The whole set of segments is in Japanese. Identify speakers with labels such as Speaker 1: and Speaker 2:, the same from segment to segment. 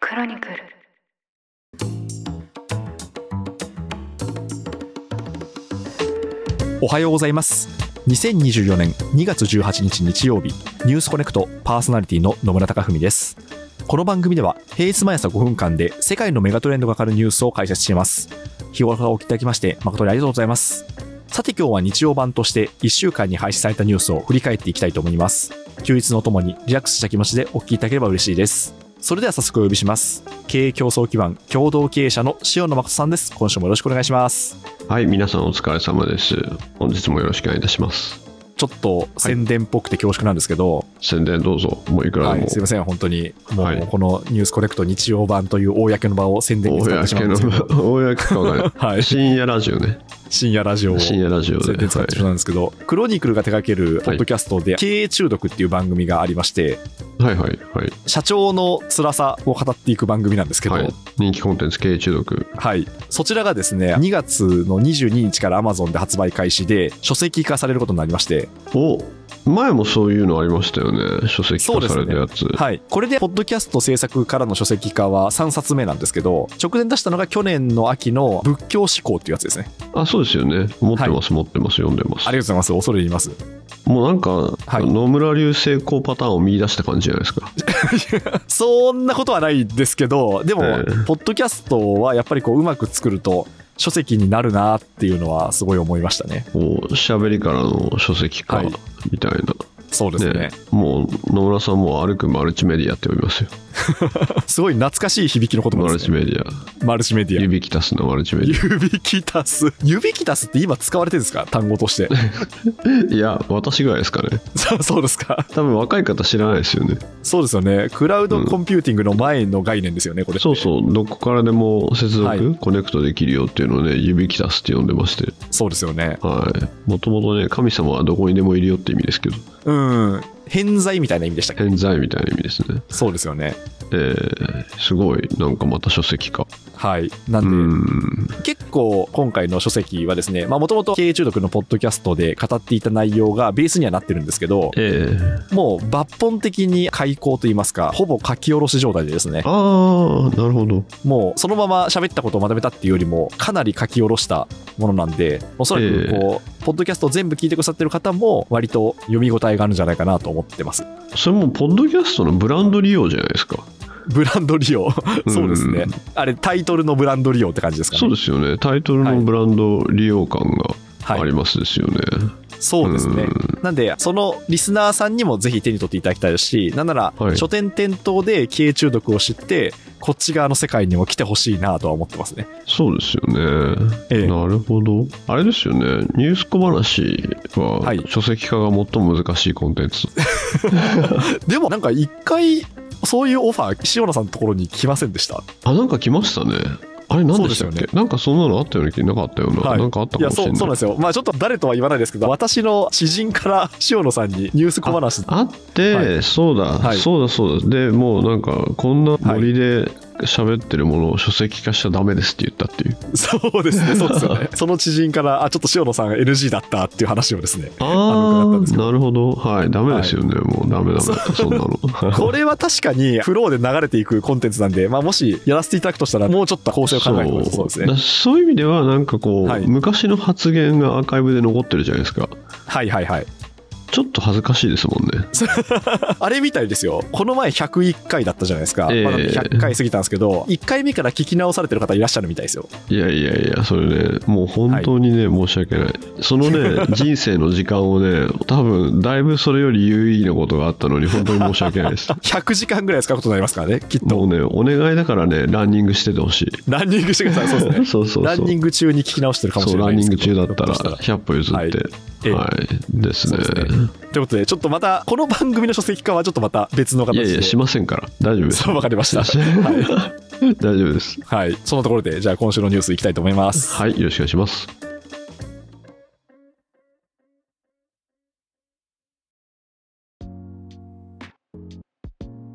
Speaker 1: クロニクル
Speaker 2: おはようございます2024年2月18日日曜日ニュースコネクトパーソナリティの野村貴文ですこの番組では平日毎朝5分間で世界のメガトレンドがかかるニュースを解説しています日頃からお聞きいただきまして誠にありがとうございますさて今日は日曜版として1週間に配信されたニュースを振り返っていきたいと思います休日のともにリラックスした気持ちでお聞きいただければ嬉しいですそれでは早速お呼びします経営競争基盤共同経営者の塩野誠さんです今週もよろしくお願いします
Speaker 3: はい、皆さんお疲れ様です。本日もよろしくお願いいたします。
Speaker 2: ちょっと宣伝っぽくて恐縮なんですけど、
Speaker 3: 宣伝どうぞ、もういくら
Speaker 2: は
Speaker 3: で
Speaker 2: い
Speaker 3: も。
Speaker 2: すいません、本当に、も
Speaker 3: は
Speaker 2: う
Speaker 3: い
Speaker 2: このニュースコレクト日曜版という公の場を宣伝に使ってしま
Speaker 3: 公
Speaker 2: うんですけど、
Speaker 3: の、 公かわかんない
Speaker 2: はい、
Speaker 3: 深夜ラジオね。
Speaker 2: 深夜ラジオを
Speaker 3: 深
Speaker 2: 宣
Speaker 3: 夜ラジオで。
Speaker 2: 伝使ってしまうんですけど、クロニクルが手掛けるポッドキャストで、経営中毒っていう番組がありまして、
Speaker 3: はい、はい、はい。
Speaker 2: 社長の辛さを語っていく番組なんですけど、
Speaker 3: はい、人気コンテンツ経営中毒。
Speaker 2: はい、そちらがですね2月の22日から Amazon で発売開始で書籍化されることになりまして、
Speaker 3: お前もそういうのありましたよね。書籍化されたやつ。
Speaker 2: はい、これでポッドキャスト制作からの書籍化は3冊目なんですけど直前出したのが去年の秋の「仏教思考」っていうやつですね
Speaker 3: あ、そうですよね。持ってます、持ってます、読んでます
Speaker 2: あ。りがとうございます恐れ入ります
Speaker 3: もうなんか、
Speaker 2: はい
Speaker 3: 野村流成功パターンを見出した感じじゃないですか。
Speaker 2: そんなことはないですけどでも、
Speaker 3: ええ
Speaker 2: ポッドキャストはやっぱりこううまく作ると書籍になるなっていうのはすごい思いましたね
Speaker 3: こう喋りからの書籍化
Speaker 2: はい
Speaker 3: みたいな。
Speaker 2: そうですね
Speaker 3: もう野村さんも歩くマルチメディアって呼びますよ。
Speaker 2: すごい懐かしい響きの言
Speaker 3: マ
Speaker 2: 葉
Speaker 3: ル
Speaker 2: です
Speaker 3: チ
Speaker 2: ね
Speaker 3: メディア。
Speaker 2: マルチメディア
Speaker 3: 指きたすのマルチメディ
Speaker 2: 指きたす指きたすって今使われてるんですか単語として
Speaker 3: ア。いや、私ぐらいですかね。
Speaker 2: そうそうですか
Speaker 3: 多分若い方知らないですよね。
Speaker 2: そうですよねクラウドコンピューティングの前の概念ですよねこれ
Speaker 3: そうそう、どこからでも接続、
Speaker 2: はい
Speaker 3: コネクトできるよっていうのをね、指きたすって呼んでまして。
Speaker 2: そうですよね。
Speaker 3: はい。もともとね、神様はどこにでもいるよって意味ですけど、
Speaker 2: うん。偏在みたいな意味でしたっけ
Speaker 3: 偏在みたいな意味ですね。
Speaker 2: そうですよね。
Speaker 3: えー、すごい、なんかまた書籍化。
Speaker 2: はい。な
Speaker 3: うん
Speaker 2: で、
Speaker 3: ん。
Speaker 2: 結構今回の書籍はですね、もともと経営中毒のポッドキャストで語っていた内容がベースにはなってるんですけど、
Speaker 3: えー、
Speaker 2: もう抜本的に開口といいますか、ほぼ書き下ろし状態でですね、
Speaker 3: あー、なるほど。
Speaker 2: もうそのまま喋ったことをまとめたっていうよりも、かなり書き下ろしたものなんで、おそらくこう、ポッドキャストを全部聞いてくださってる方も、割と読み応えがあるんじゃないかなと思ってます。
Speaker 3: それも、ポッドキャストのブランド利用じゃないですか。
Speaker 2: ブランド利用。そうですね
Speaker 3: うん。
Speaker 2: あれ、タイトルのブランド利用って感じですかね。
Speaker 3: そうですよね。タイトル
Speaker 2: はい
Speaker 3: のブランド利用感が
Speaker 2: はい
Speaker 3: ありますですよね。
Speaker 2: そうですね
Speaker 3: う。
Speaker 2: なんで、そのリスナーさんにもぜひ手に取っていただきたいですし、なんなら、
Speaker 3: はい
Speaker 2: 書店店頭で経営中毒を知って、こっち側の世界にも来てほしいなとは思ってますね。
Speaker 3: そうですよね。
Speaker 2: ええ
Speaker 3: なるほど。あれですよね。ニュース小話は、
Speaker 2: はい
Speaker 3: 書籍化が最も難しいコンテ ンツ。
Speaker 2: でも、なんか一回、そういうオファー、塩野さんのところに来ませんでした。
Speaker 3: あ、なんか来ましたね。あれ何でした
Speaker 2: そ
Speaker 3: っ
Speaker 2: うです
Speaker 3: け、
Speaker 2: よ
Speaker 3: なんかそんなのあったような気なかったような、
Speaker 2: はい
Speaker 3: なんかあった
Speaker 2: いや、
Speaker 3: かもしれ
Speaker 2: そう
Speaker 3: ない。
Speaker 2: そうなんですよ。まあ、ちょっと誰とは言わないですけど、私の知人から塩野さんにニュース小話、
Speaker 3: あって、
Speaker 2: は
Speaker 3: そうだ、
Speaker 2: はい
Speaker 3: そうだそうだでもうなんかこんな森で喋ってるものを書籍化しちゃダメですって言ったっていう
Speaker 2: そうですね、そうですよね。その知人から、あ、ちょっと塩野さん NG だったっていう話をですね。
Speaker 3: あ
Speaker 2: あの伺ったんです
Speaker 3: ーなるほどはいダメですよね、もうダメダメそんな の
Speaker 2: これは確かにフローで流れていくコンテンツなんで、まあ、もしやらせていただくとしたら、もうちょっと構成を考えてもらえそうです
Speaker 3: だ
Speaker 2: ね。
Speaker 3: そういう意味ではなんかこう、
Speaker 2: はい
Speaker 3: 昔の発言がアーカイブで残ってるじゃないですか
Speaker 2: はいはいはい。
Speaker 3: ちょっと恥ずかしいですもんね
Speaker 2: あれみたいですよ。この前101回だったじゃないですか。
Speaker 3: ええ
Speaker 2: まあ、100回過ぎたんですけど、1回目から聞き直されてる方いらっしゃるみたいですよ。
Speaker 3: いやいやいやそれねもう本当にね、申し訳ないそ のね人生の時間をね多分だいぶそれより有意義なことがあったのに本当に申し訳ないで す
Speaker 2: 100時間ぐらい使うことになりますからね、きっ
Speaker 3: も
Speaker 2: と。
Speaker 3: うねお願いだからねランニングしててほしい
Speaker 2: ランニングしてく ださい。そうですね。
Speaker 3: そうそうそう
Speaker 2: ランニング中に聞き直してるかも
Speaker 3: そ
Speaker 2: し
Speaker 3: う
Speaker 2: れ
Speaker 3: ラ
Speaker 2: ない
Speaker 3: ン
Speaker 2: で
Speaker 3: ニン
Speaker 2: すけ
Speaker 3: グ
Speaker 2: ど。
Speaker 3: 中だった
Speaker 2: ひょ
Speaker 3: ら
Speaker 2: とした
Speaker 3: 100歩譲って、
Speaker 2: は
Speaker 3: はいい
Speaker 2: ええ
Speaker 3: ですね
Speaker 2: そうですねということで、ちょっとまた、この番組の書籍化はちょっとまた別の形
Speaker 3: い
Speaker 2: で。
Speaker 3: やいやしませんから大丈夫です
Speaker 2: そう、わかりました。
Speaker 3: 大丈夫です
Speaker 2: はい。そのところで、じゃあ今週のニュースいきたいと思います。
Speaker 3: はいよろしくお願いします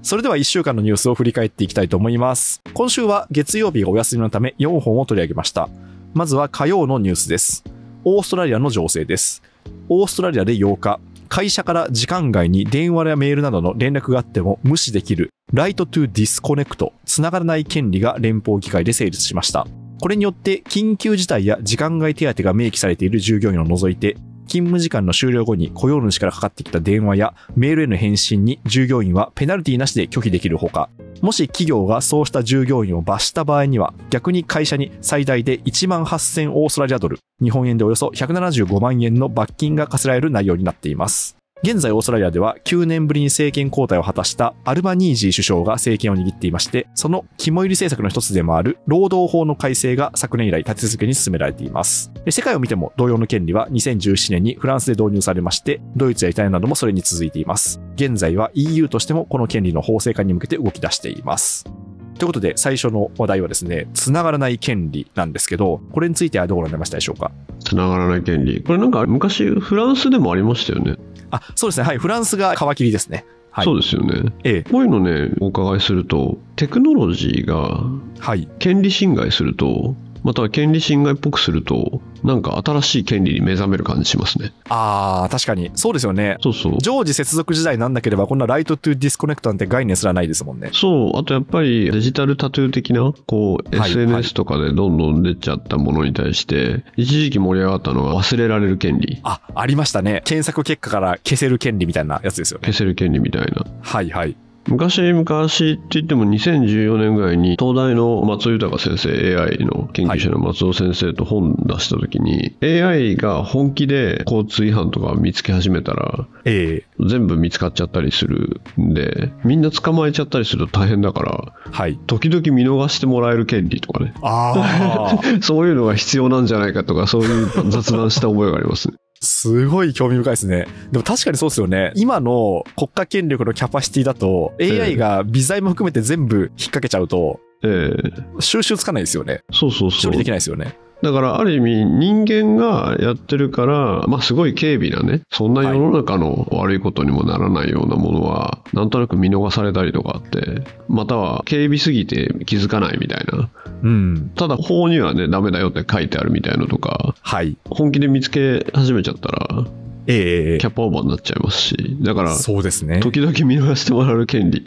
Speaker 2: それでは1週間のニュースを振り返っていきたいと思います。今週は月曜日がお休みのため4本を取り上げました。まずは火曜のニュースです。オーストラリアの情勢です。オーストラリアで8日、会社から時間外に電話やメールなどの連絡があっても無視できるライトトゥディスコネクト、繋がらない権利が連邦議会で成立しました。これによって緊急事態や時間外手当が明記されている従業員を除いて、勤務時間の終了後に雇用主からかかってきた電話やメールへの返信に従業員はペナルティなしで拒否できるほか、もし企業がそうした従業員を罰した場合には、逆に会社に最大で1万8000オーストラリアドル、日本円でおよそ175万円の罰金が課せられる内容になっています。現在オーストラリアでは9年ぶりに政権交代を果たしたアルバニージー首相が政権を握っていまして、その肝入り政策の一つでもある労働法の改正が昨年以来立て続けに進められています。で世界を見ても同様の権利は2017年にフランスで導入されまして、ドイツやイタリアなどもそれに続いています。現在は EU としてもこの権利の法制化に向けて動き出しています。ということで最初の話題はですね、繋がらない権利なんですけど、これについてはどうご覧になりましたでしょうか
Speaker 3: つながらない権利これなんか昔フランスでもありましたよね、
Speaker 2: あ、そうですね。はい。フランスが皮切りですね。はい。
Speaker 3: そうですよね
Speaker 2: ええ。
Speaker 3: こういうのねお伺いするとテクノロジーが
Speaker 2: はい。
Speaker 3: 権利侵害するとまたは権利侵害っぽくするとなんか新しい権利に目覚める感じしますね
Speaker 2: ああ、確かに。そうですよね。
Speaker 3: そうそう
Speaker 2: 常時接続時代なんなければ、こんなライトトゥディスコネクトなんて概念すらないですもんね。
Speaker 3: そうあとやっぱりデジタルタトゥー的なこう
Speaker 2: はい
Speaker 3: SNS とかでどんどん出ちゃったものに対して一時期盛り上がったのは忘れられる権利
Speaker 2: あ、ありましたね。検索結果から消せる権利みたいなやつですよね。
Speaker 3: 消せる権利みたいな
Speaker 2: はいはい。
Speaker 3: 昔昔って言っても2014年ぐらいに東大の松尾豊先生 AI の研究者の松尾先生と本出した時に、AI が本気で交通違反とか見つけ始めたら
Speaker 2: ええ
Speaker 3: 全部見つかっちゃったりするんでみんな捕まえちゃったりすると大変だから
Speaker 2: はい。
Speaker 3: 時々見逃してもらえる権利とかね
Speaker 2: ああ、
Speaker 3: そういうのが必要なんじゃないかとかそういう雑談した覚えがありますね
Speaker 2: すごい興味深いですね。でも確かにそうですよね。今の国家権力のキャパシティだと、
Speaker 3: え
Speaker 2: AI が微罪も含めて全部引っ掛けちゃうと、
Speaker 3: ええ
Speaker 2: 収集つかないですよね。
Speaker 3: そうそうそ
Speaker 2: 処
Speaker 3: う
Speaker 2: 理できないですよね。
Speaker 3: だからある意味人間がやってるから、まあ、すごい軽微なねそんな世の中の悪いことにもならないようなものはなんとなく見逃されたりとかあってまたは軽微すぎて気づかないみたいな
Speaker 2: うん。
Speaker 3: ただ法にはねダメだよって書いてあるみたいのとか
Speaker 2: はい。
Speaker 3: 本気で見つけ始めちゃったら
Speaker 2: えええ
Speaker 3: キャパオーバーになっちゃいますしだか
Speaker 2: え
Speaker 3: ら
Speaker 2: そうですね。
Speaker 3: 時々見逃してもらえる権 利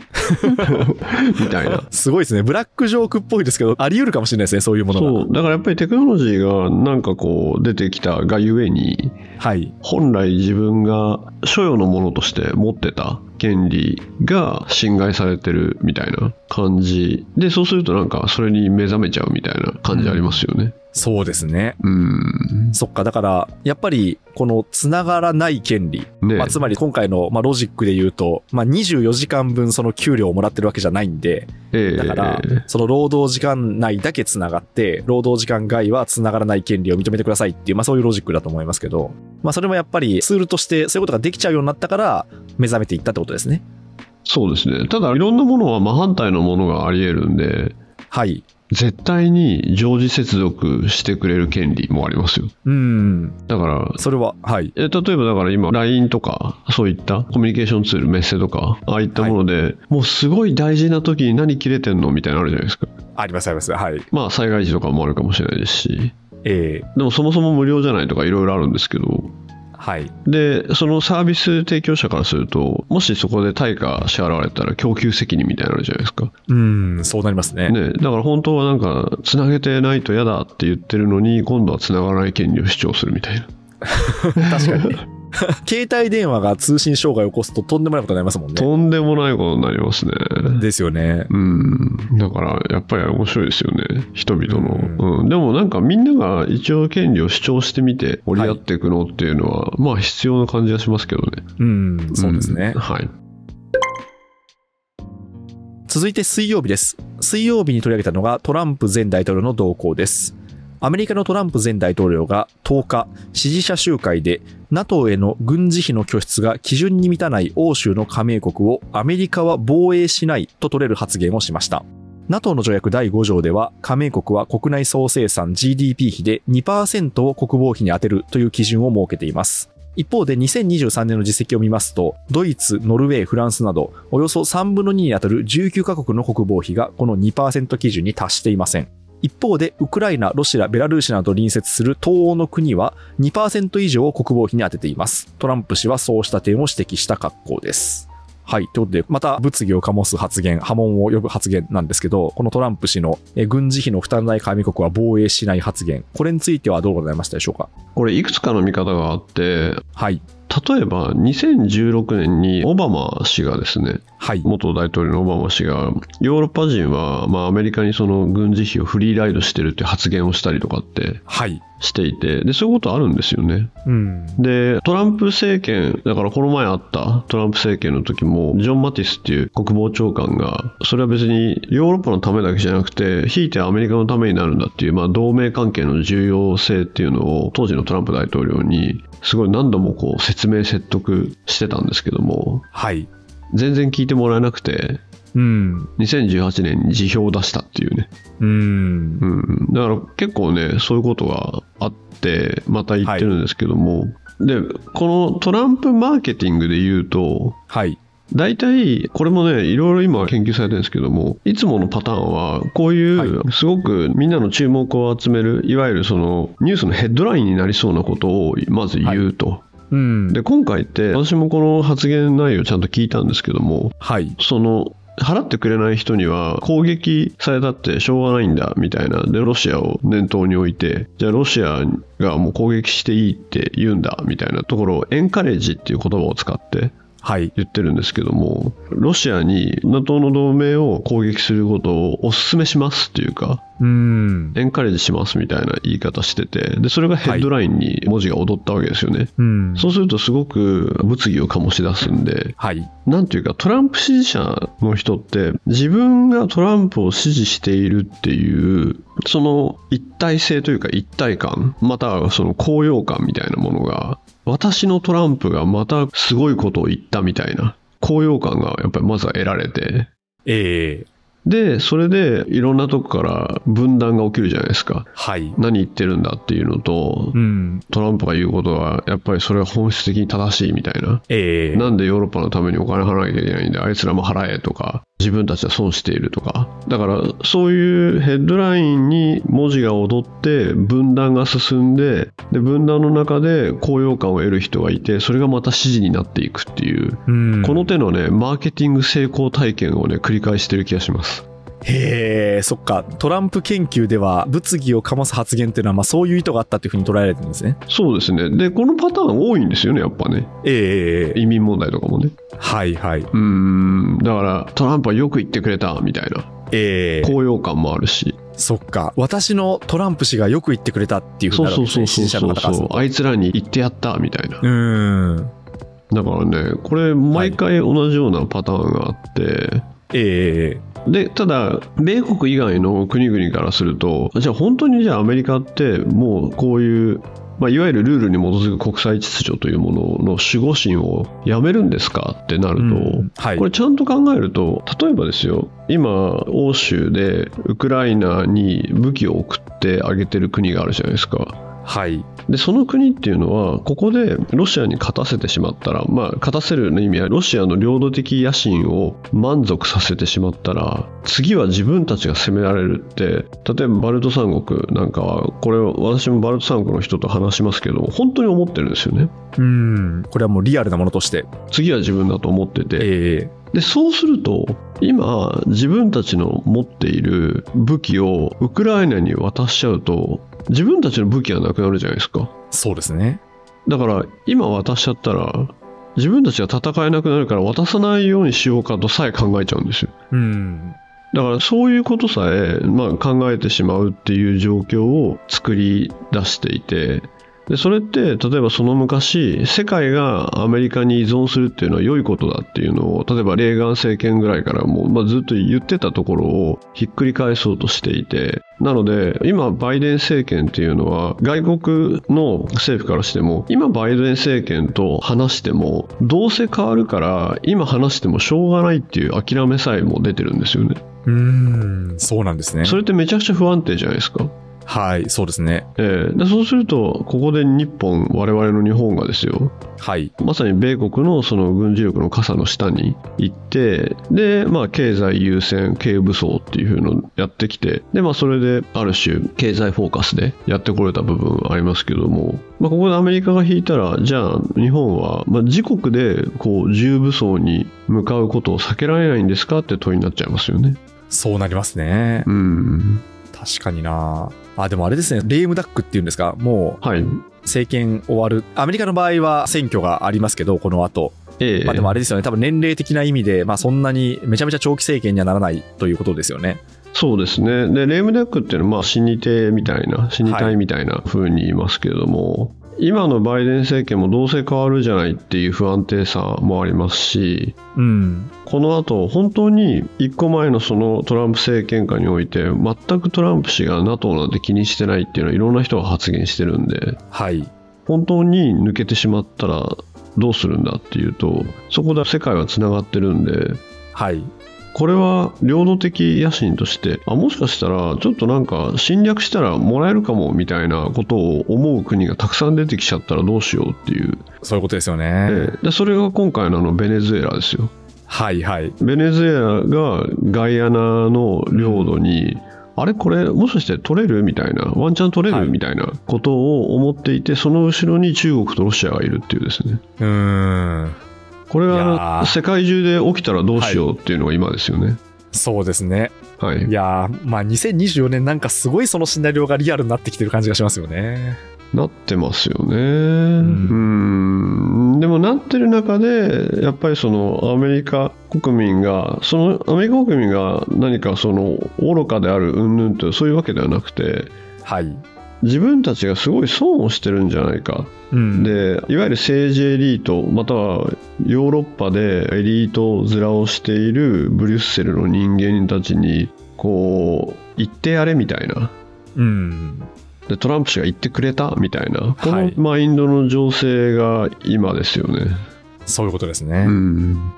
Speaker 3: みたいな
Speaker 2: すごいですね。ブラックジョークっぽいですけど、あり得るかもしれないですね、そういうもの
Speaker 3: そうだからやっぱりテクノロジーがなんかこう出てきたがゆえに
Speaker 2: が。はい。
Speaker 3: 本来自分が所有のものとして持ってた権利が侵害されてるみたいな感じでそうするとなんかそれに目覚めちゃうみたいな感じありますよね
Speaker 2: そうですね。
Speaker 3: うん
Speaker 2: そっか、だから、やっぱり、この、つながらない権利。
Speaker 3: ね
Speaker 2: まあ、つまり、今回の、まあ、ロジックで言うと、まあ、24時間分、その給料をもらってるわけじゃないんで、
Speaker 3: ええ
Speaker 2: だから、その労働時間内だけつながって、労働時間外はつながらない権利を認めてくださいっていう、まあ、そういうロジックだと思いますけど、まあ、それもやっぱり、ツールとして、そういうことができちゃうようになったから、目覚めていったってことですね。
Speaker 3: そうですねただいろんなものは真反対のものがありえるんで
Speaker 2: はい。
Speaker 3: 絶対に常時接続してくれる権利もありますよ
Speaker 2: うん。
Speaker 3: だから
Speaker 2: それは、はい。
Speaker 3: え例えばだから今 LINE とかそういったコミュニケーションツールメッセとかああいったもので、もうすごい大事な時に何切れてんのみたいなのあるじゃないですか
Speaker 2: あります、あります。はい。
Speaker 3: まあ災害時とかもあるかもしれないですし
Speaker 2: ええ
Speaker 3: でもそもそも無料じゃないとかいろいろあるんですけど
Speaker 2: はい。
Speaker 3: でそのサービス提供者からするともしそこで対価支払われたら供給責任みたいなのあるじゃないですか、
Speaker 2: うん、そうなりますね。
Speaker 3: ね、だから本当はなんかつなげてないと嫌だって言ってるのに今度はつながらない権利を主張するみたいな
Speaker 2: 確かに。 携帯電話が通信障害を起こすととんでもないことになりますもんね。
Speaker 3: とんでもないことになりますね
Speaker 2: ですよね。
Speaker 3: うん、だからやっぱり面白いですよね人々
Speaker 2: うん
Speaker 3: の、うんでもなんかみんなが一応権利を主張してみて折り合っていくのっていうのは、まあ必要な感じがしますけどね
Speaker 2: うん、そうですね。
Speaker 3: んはい
Speaker 2: 続いて水曜日です。水曜日に取り上げたのがトランプ前大統領の動向です。アメリカのトランプ前大統領が10日、支持者集会で NATO への軍事費の拠出が基準に満たない欧州の加盟国をアメリカは防衛しないと取れる発言をしました。NATO の条約第5条では、加盟国は国内総生産 GDP 比で2%を国防費に充てるという基準を設けています。一方で2023年の実績を見ますと、ドイツ、ノルウェー、フランスなど、およそ3分の2にあたる19カ国の国防費がこの2%基準に達していません。一方で、ウクライナ、ロシア、ベラルーシなど隣接する東欧の国は2%以上を国防費に充てています。トランプ氏はそうした点を指摘した格好です。はい。ということで、また物議を醸す発言、波紋を呼ぶ発言なんですけど、このトランプ氏のえ軍事費の負担ない加盟国は防衛しない発言、これについてはどうございましたでしょうか
Speaker 3: これいくつかの見方があって
Speaker 2: はい。
Speaker 3: 例えば2016年にオバマ氏がですね
Speaker 2: はい。
Speaker 3: 元大統領のオバマ氏がヨーロッパ人は、まあ、アメリカにその軍事費をフリーライドしてるっていう発言をしたりとかって
Speaker 2: はい。
Speaker 3: していてでそういうことあるんですよね
Speaker 2: うん。
Speaker 3: でトランプ政権だからこの前あったトランプ政権の時もジョン・マティスっていう国防長官がそれは別にヨーロッパのためだけじゃなくてひいてアメリカのためになるんだっていう、まあ、同盟関係の重要性っていうのを当時のトランプ大統領にすごい何度もこう説明説得してたんですけども
Speaker 2: はい。
Speaker 3: 全然聞いてもらえなくて
Speaker 2: うん。
Speaker 3: 2018年に辞表を出したっていうね
Speaker 2: うん。
Speaker 3: うん、だから結構ねそういうことがあってまた言ってるんですけども、でこのトランプマーケティングで言うと
Speaker 2: はい。
Speaker 3: 大体これもねいろいろ今研究されてるんですけどもいつものパターンはこういうすごくみんなの注目を集めるいわゆるそのニュースのヘッドラインになりそうなことをまず言うと、
Speaker 2: うん。
Speaker 3: で今回って私もこの発言内容ちゃんと聞いたんですけども
Speaker 2: はい。
Speaker 3: その払ってくれない人には攻撃されたってしょうがないんだみたいなでロシアを念頭に置いてじゃあロシアがもう攻撃していいって言うんだみたいなところをエンカレージっていう言葉を使って
Speaker 2: はい。
Speaker 3: 言ってるんですけどもロシアに NATO の同盟を攻撃することをお勧めしますっていうか
Speaker 2: うん。
Speaker 3: エンカレージしますみたいな言い方しててでそれがヘッドラインに文字が踊ったわけですよね、
Speaker 2: うん。
Speaker 3: そうするとすごく物議を醸し出すんで
Speaker 2: はい。
Speaker 3: なんていうかトランプ支持者の人って自分がトランプを支持しているっていうその一体性というか一体感またはその高揚感みたいなものが私のトランプがまたすごいことを言ったみたいな高揚感がやっぱりまずは得られて
Speaker 2: ええ
Speaker 3: でそれでいろんなとこから分断が起きるじゃないですか
Speaker 2: はい。
Speaker 3: 何言ってるんだっていうのと
Speaker 2: うん。
Speaker 3: トランプが言うことはやっぱりそれは本質的に正しいみたいな
Speaker 2: ええ
Speaker 3: なんでヨーロッパのためにお金払わなきゃいけないんだあいつらも払えとか自分たちは損しているとかだからそういうヘッドラインに文字が踊って分断が進んでで分断の中で高揚感を得る人がいてそれがまた支持になっていくっていう、
Speaker 2: うん。
Speaker 3: この手のねマーケティング成功体験をね繰り返してる気がします
Speaker 2: へえ、そっか。トランプ研究では、物議を醸す発言っていうのは、まあそういう意図があったというふうに捉えられてるんですね。
Speaker 3: そうですねでこのパターン多いんですよねやっぱね
Speaker 2: ええええ
Speaker 3: 移民問題とかもね
Speaker 2: はいはい。
Speaker 3: うーんだからトランプはよく言ってくれたみたいな
Speaker 2: ええ
Speaker 3: 高揚感もあるし
Speaker 2: そっか。私のトランプ氏がよく言ってくれたっていうふうに
Speaker 3: そう
Speaker 2: なる
Speaker 3: そ
Speaker 2: わ
Speaker 3: う
Speaker 2: けです
Speaker 3: そう
Speaker 2: ね。支持
Speaker 3: そう
Speaker 2: 者の
Speaker 3: そう
Speaker 2: 方からすると
Speaker 3: あいつらに言ってやったみたいな
Speaker 2: うーん。
Speaker 3: だからねこれ毎回同じようなパターンがあって、
Speaker 2: ええ
Speaker 3: でただ米国以外の国々からするとじゃあ本当にじゃあアメリカってもうこういう、まあ、いわゆるルールに基づく国際秩序というものの守護神をやめるんですかってなると、
Speaker 2: うんはい
Speaker 3: これちゃんと考えると例えばですよ今欧州でウクライナに武器を送ってあげてる国があるじゃないですか。
Speaker 2: はい。
Speaker 3: でその国っていうのはここでロシアに勝たせてしまったら、まあ、勝たせるの意味はロシアの領土的野心を満足させてしまったら次は自分たちが攻められるって例えばバルト三国なんかはこれを私もバルト三国の人と話しますけど本当に思ってるんですよね
Speaker 2: うん。これはもうリアルなものとして。
Speaker 3: 次は自分だと思ってて
Speaker 2: ええ
Speaker 3: でそうすると今自分たちの持っている武器をウクライナに渡しちゃうと自分たちの武器がなくなるじゃないですか
Speaker 2: そうですね。
Speaker 3: だから今渡しちゃったら自分たちが戦えなくなるから渡さないようにしようかとさえ考えちゃうんですよ
Speaker 2: うん。
Speaker 3: だからそういうことさえ、まあ、考えてしまうっていう状況を作り出していてでそれって例えばその昔世界がアメリカに依存するっていうのは良いことだっていうのを例えばレーガン政権ぐらいからもう、まあ、ずっと言ってたところをひっくり返そうとしていてなので今バイデン政権っていうのは外国の政府からしても今バイデン政権と話してもどうせ変わるから今話してもしょうがないっていう諦めさえも出てるんですよね。
Speaker 2: うん。そうなんですね。
Speaker 3: それってめちゃくちゃ不安定じゃないですか。
Speaker 2: はい、そうですね。
Speaker 3: えーでそうするとここで日本我々の日本がですよ
Speaker 2: はい。
Speaker 3: まさに米国のその軍事力の傘の下に行ってで、まあ、経済優先軽武装っていうのをやってきてで、まあ、それである種経済フォーカスでやってこれた部分ありますけども、まあ、ここでアメリカが引いたらじゃあ日本は、まあ、自国でこう重武装に向かうことを避けられないんですかって問いになっちゃいますよね。
Speaker 2: そうなりますね。
Speaker 3: うん
Speaker 2: 確かになあ、でもあれですね、レームダックっていうんですか、もう
Speaker 3: はい、
Speaker 2: 政権終わる。アメリカの場合は選挙がありますけど、この後。
Speaker 3: ええ
Speaker 2: まあでもあれですよね、多分年齢的な意味で、まあそんなにめちゃめちゃ長期政権にはならないということですよね。
Speaker 3: そうですね。で、レームダックっていうのは、まあ、死に手みたいな、死にたいみたいな風に言いますけれども、今のバイデン政権もどうせ変わるじゃないっていう不安定さもありますし、
Speaker 2: うん。
Speaker 3: この後、本当に一個前のそのトランプ政権下において、全くトランプ氏が NATO なんて気にしてないっていうのは、いろんな人が発言してるんで、
Speaker 2: はい。
Speaker 3: 本当に抜けてしまったらどうするんだっていうと、そこで世界はつながってるんで、
Speaker 2: はい。
Speaker 3: これは領土的野心としてあもしかしたらちょっとなんか侵略したらもらえるかもみたいなことを思う国がたくさん出てきちゃったらどうしようっていう、
Speaker 2: そういうことですよね。
Speaker 3: ええでそれが今回のあのベネズエラですよ
Speaker 2: はいはい。
Speaker 3: ベネズエラがガイアナの領土にあれこれもしかして取れるみたいなワンチャン取れる、
Speaker 2: はい
Speaker 3: みたいなことを思っていてその後ろに中国とロシアがいるっていうですね
Speaker 2: うーん。
Speaker 3: これ
Speaker 2: いや
Speaker 3: が
Speaker 2: ー
Speaker 3: 世界中で起きたらどうしようっていうのが今ですよね
Speaker 2: そうですね。
Speaker 3: はい
Speaker 2: いやー、まあ2024年なんかすごいそのシナリオがリアルになってきてる感じがしますよね。
Speaker 3: なってますよね。うん。でもなってる中で、やっぱりそのアメリカ国民が、そのアメリカ国民が何かその愚かである云々というそういうわけではなくて、
Speaker 2: はい。
Speaker 3: 自分たちがすごい損をしてるんじゃないか。
Speaker 2: うん、
Speaker 3: で、いわゆる政治エリート、またはヨーロッパでエリート面をしているブリュッセルの人間たちに、こう、言ってやれみたいな。
Speaker 2: うん。
Speaker 3: でトランプ氏が言ってくれたみたいなこ
Speaker 2: は
Speaker 3: の
Speaker 2: い
Speaker 3: マインドの情勢が今ですよね、
Speaker 2: そういうことですね。
Speaker 3: うん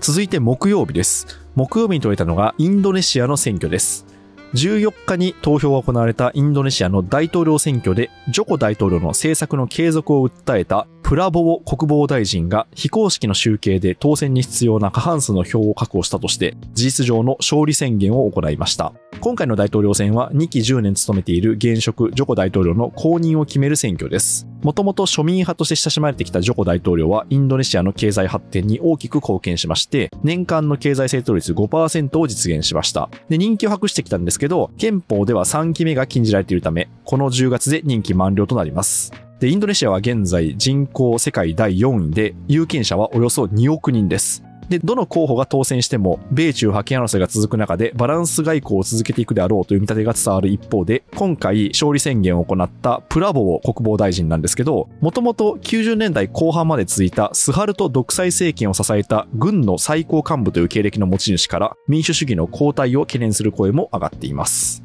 Speaker 2: 続いて木曜日です。木曜日に取れたのがインドネシアの選挙です。14日に投票が行われたインドネシアの大統領選挙で、ジョコ大統領の政策の継続を訴えたプラボウ国防大臣が非公式の集計で当選に必要な過半数の票を確保したとして、事実上の勝利宣言を行いました。今回の大統領選は2期10年務めている現職ジョコ大統領の後任を決める選挙です。もともと庶民派として親しまれてきたジョコ大統領はインドネシアの経済発展に大きく貢献しまして、年間の経済成長率5%を実現しました。で、人気を博してきたんですけど、憲法では3期目が禁じられているため、この10月で任期満了となります。で、インドネシアは現在人口世界第4位で、有権者はおよそ2億人です。で、どの候補が当選しても、米中覇権争いが続く中で、バランス外交を続けていくであろうという見立てが伝わる一方で、今回、勝利宣言を行ったプラボウ国防大臣なんですけど、もともと90年代後半まで続いたスハルト独裁政権を支えた軍の最高幹部という経歴の持ち主から、民主主義の後退を懸念する声も上がっています。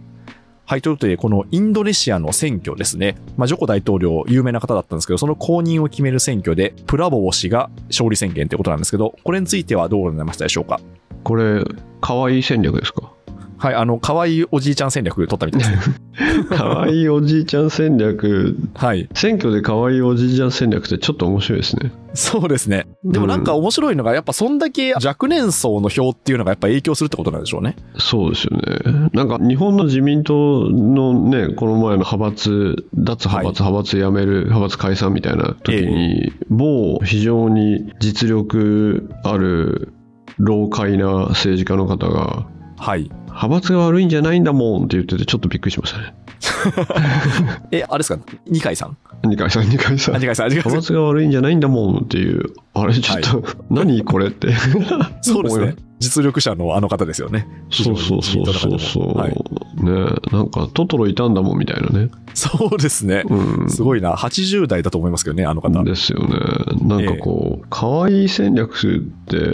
Speaker 2: はい、ということで、このインドネシアの選挙ですね。まあ、ジョコ大統領、有名な方だったんですけど、その後任を決める選挙で、プラボウ氏が勝利宣言ということなんですけど、これについてはどうなりましたでしょうか
Speaker 3: これ可愛い戦略ですか
Speaker 2: はい、あの、可愛いおじいちゃん戦略取ったみたいですね。
Speaker 3: 可愛いおじいちゃん戦略
Speaker 2: はい。
Speaker 3: 選挙で可愛いおじいちゃん戦略ってちょっと面白いですね
Speaker 2: そうですね。でもなんか
Speaker 3: う
Speaker 2: 面白いのが、やっぱそんだけ若年層の票っていうのがやっぱ影響するってことなんでしょうね。
Speaker 3: そうですよねなんか日本の自民党のねこの前の派閥脱派閥、派閥やめる派閥解散みたいな時に、某非常に実力ある老快な政治家の方が
Speaker 2: はい。
Speaker 3: 派閥が悪いんじゃないんだもんって言っててちょっとびっくりしましたね
Speaker 2: え、あれですか二階さん
Speaker 3: 二階さん二階さん
Speaker 2: あ、 二階さん、二階さ
Speaker 3: 派
Speaker 2: ん。
Speaker 3: 閥が悪いんじゃないんだもんっていうあれちょっと、 何これって
Speaker 2: そうですね。実力者のあの方ですよね。
Speaker 3: そうそうそうそうそう、
Speaker 2: はい
Speaker 3: ねなんかトトロいたんだもんみたいなね
Speaker 2: そうですね。
Speaker 3: うん
Speaker 2: すごいな。80代だと思いますけどね、あの方。
Speaker 3: ですよねなんかこう可愛い戦略っ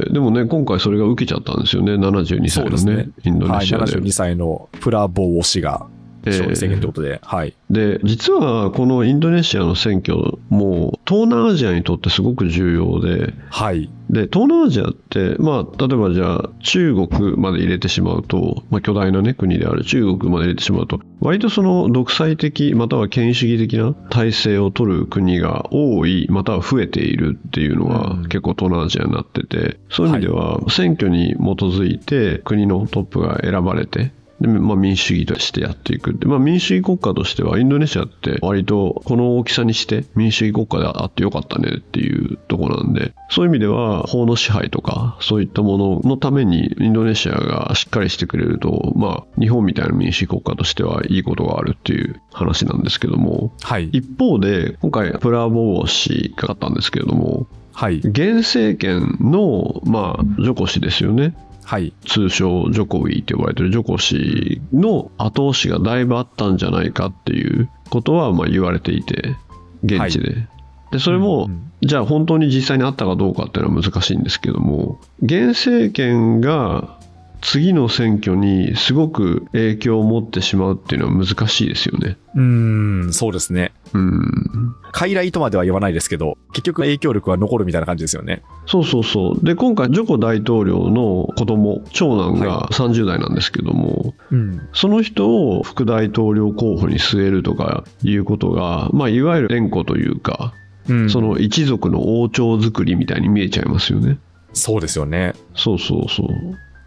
Speaker 3: てでもね今回それが受けちゃったんですよね72歳
Speaker 2: そう
Speaker 3: のね
Speaker 2: ですね
Speaker 3: インド
Speaker 2: は
Speaker 3: ネ
Speaker 2: い、
Speaker 3: シアで、
Speaker 2: 72歳のプラボウ氏が
Speaker 3: ええ
Speaker 2: 勝利宣言ということで、はい。
Speaker 3: で実はこのインドネシアの選挙も東南アジアにとってすごく重要で
Speaker 2: はい。
Speaker 3: で東南アジアって、まあ、例えばじゃあ中国まで入れてしまうと、まあ、巨大な、ね、国である中国まで入れてしまうと割とその独裁的または権威主義的な体制を取る国が多いまたは増えているっていうのは
Speaker 2: うん
Speaker 3: 結構東南アジアになっててそういう意味では選挙に基づいて国のトップが選ばれてで、まあ、民主主義としてやっていくって、まあ、民主主義国家としてはインドネシアって割とこの大きさにして民主主義国家であってよかったねっていうところなんでそういう意味では法の支配とかそういったもののためにインドネシアがしっかりしてくれると、まあ、日本みたいな民主主義国家としてはいいことがあるっていう話なんですけども
Speaker 2: はい。
Speaker 3: 一方で今回プラボー氏が勝ったんですけれども
Speaker 2: はい。
Speaker 3: 現政権の、まあ、ジョコ氏ですよね
Speaker 2: はい。
Speaker 3: 通称ジョコビーって呼ばれてるジョコ氏の後押しがだいぶあったんじゃないかっていうことはまあ言われていて現地で,、でそれも、
Speaker 2: うん
Speaker 3: じゃあ本当に実際にあったかどうかっていうのは難しいんですけども現政権が次の選挙にすごく影響を持ってしまうっていうのは難しいですよね。
Speaker 2: うん、うんそうですね。
Speaker 3: うん
Speaker 2: 傀儡とまでは言わないですけど、結局影響力は残るみたいな感じですよね。
Speaker 3: そうそうそう。で、今回、ジョコ大統領の子供、長男が30代なんですけども、
Speaker 2: うん。
Speaker 3: その人を副大統領候補に据えるとかいうことが、まあ、いわゆる連呼というか、
Speaker 2: うん、
Speaker 3: その一族の王朝作りみたいに見えちゃいますよね。
Speaker 2: そうですよね。
Speaker 3: そうそうそう。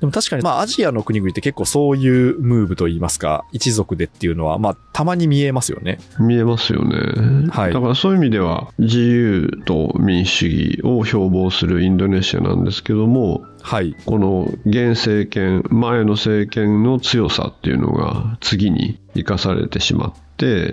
Speaker 2: でも確かに、まあ、アジアの国々って結構そういうムーブといいますか、一族でっていうのは、まあ、たまに見えますよね。
Speaker 3: 見えますよね、
Speaker 2: はい
Speaker 3: だからそういう意味では自由と民主主義を標榜するインドネシアなんですけども
Speaker 2: はい。
Speaker 3: この現政権前の政権の強さっていうのが次に生かされてしまって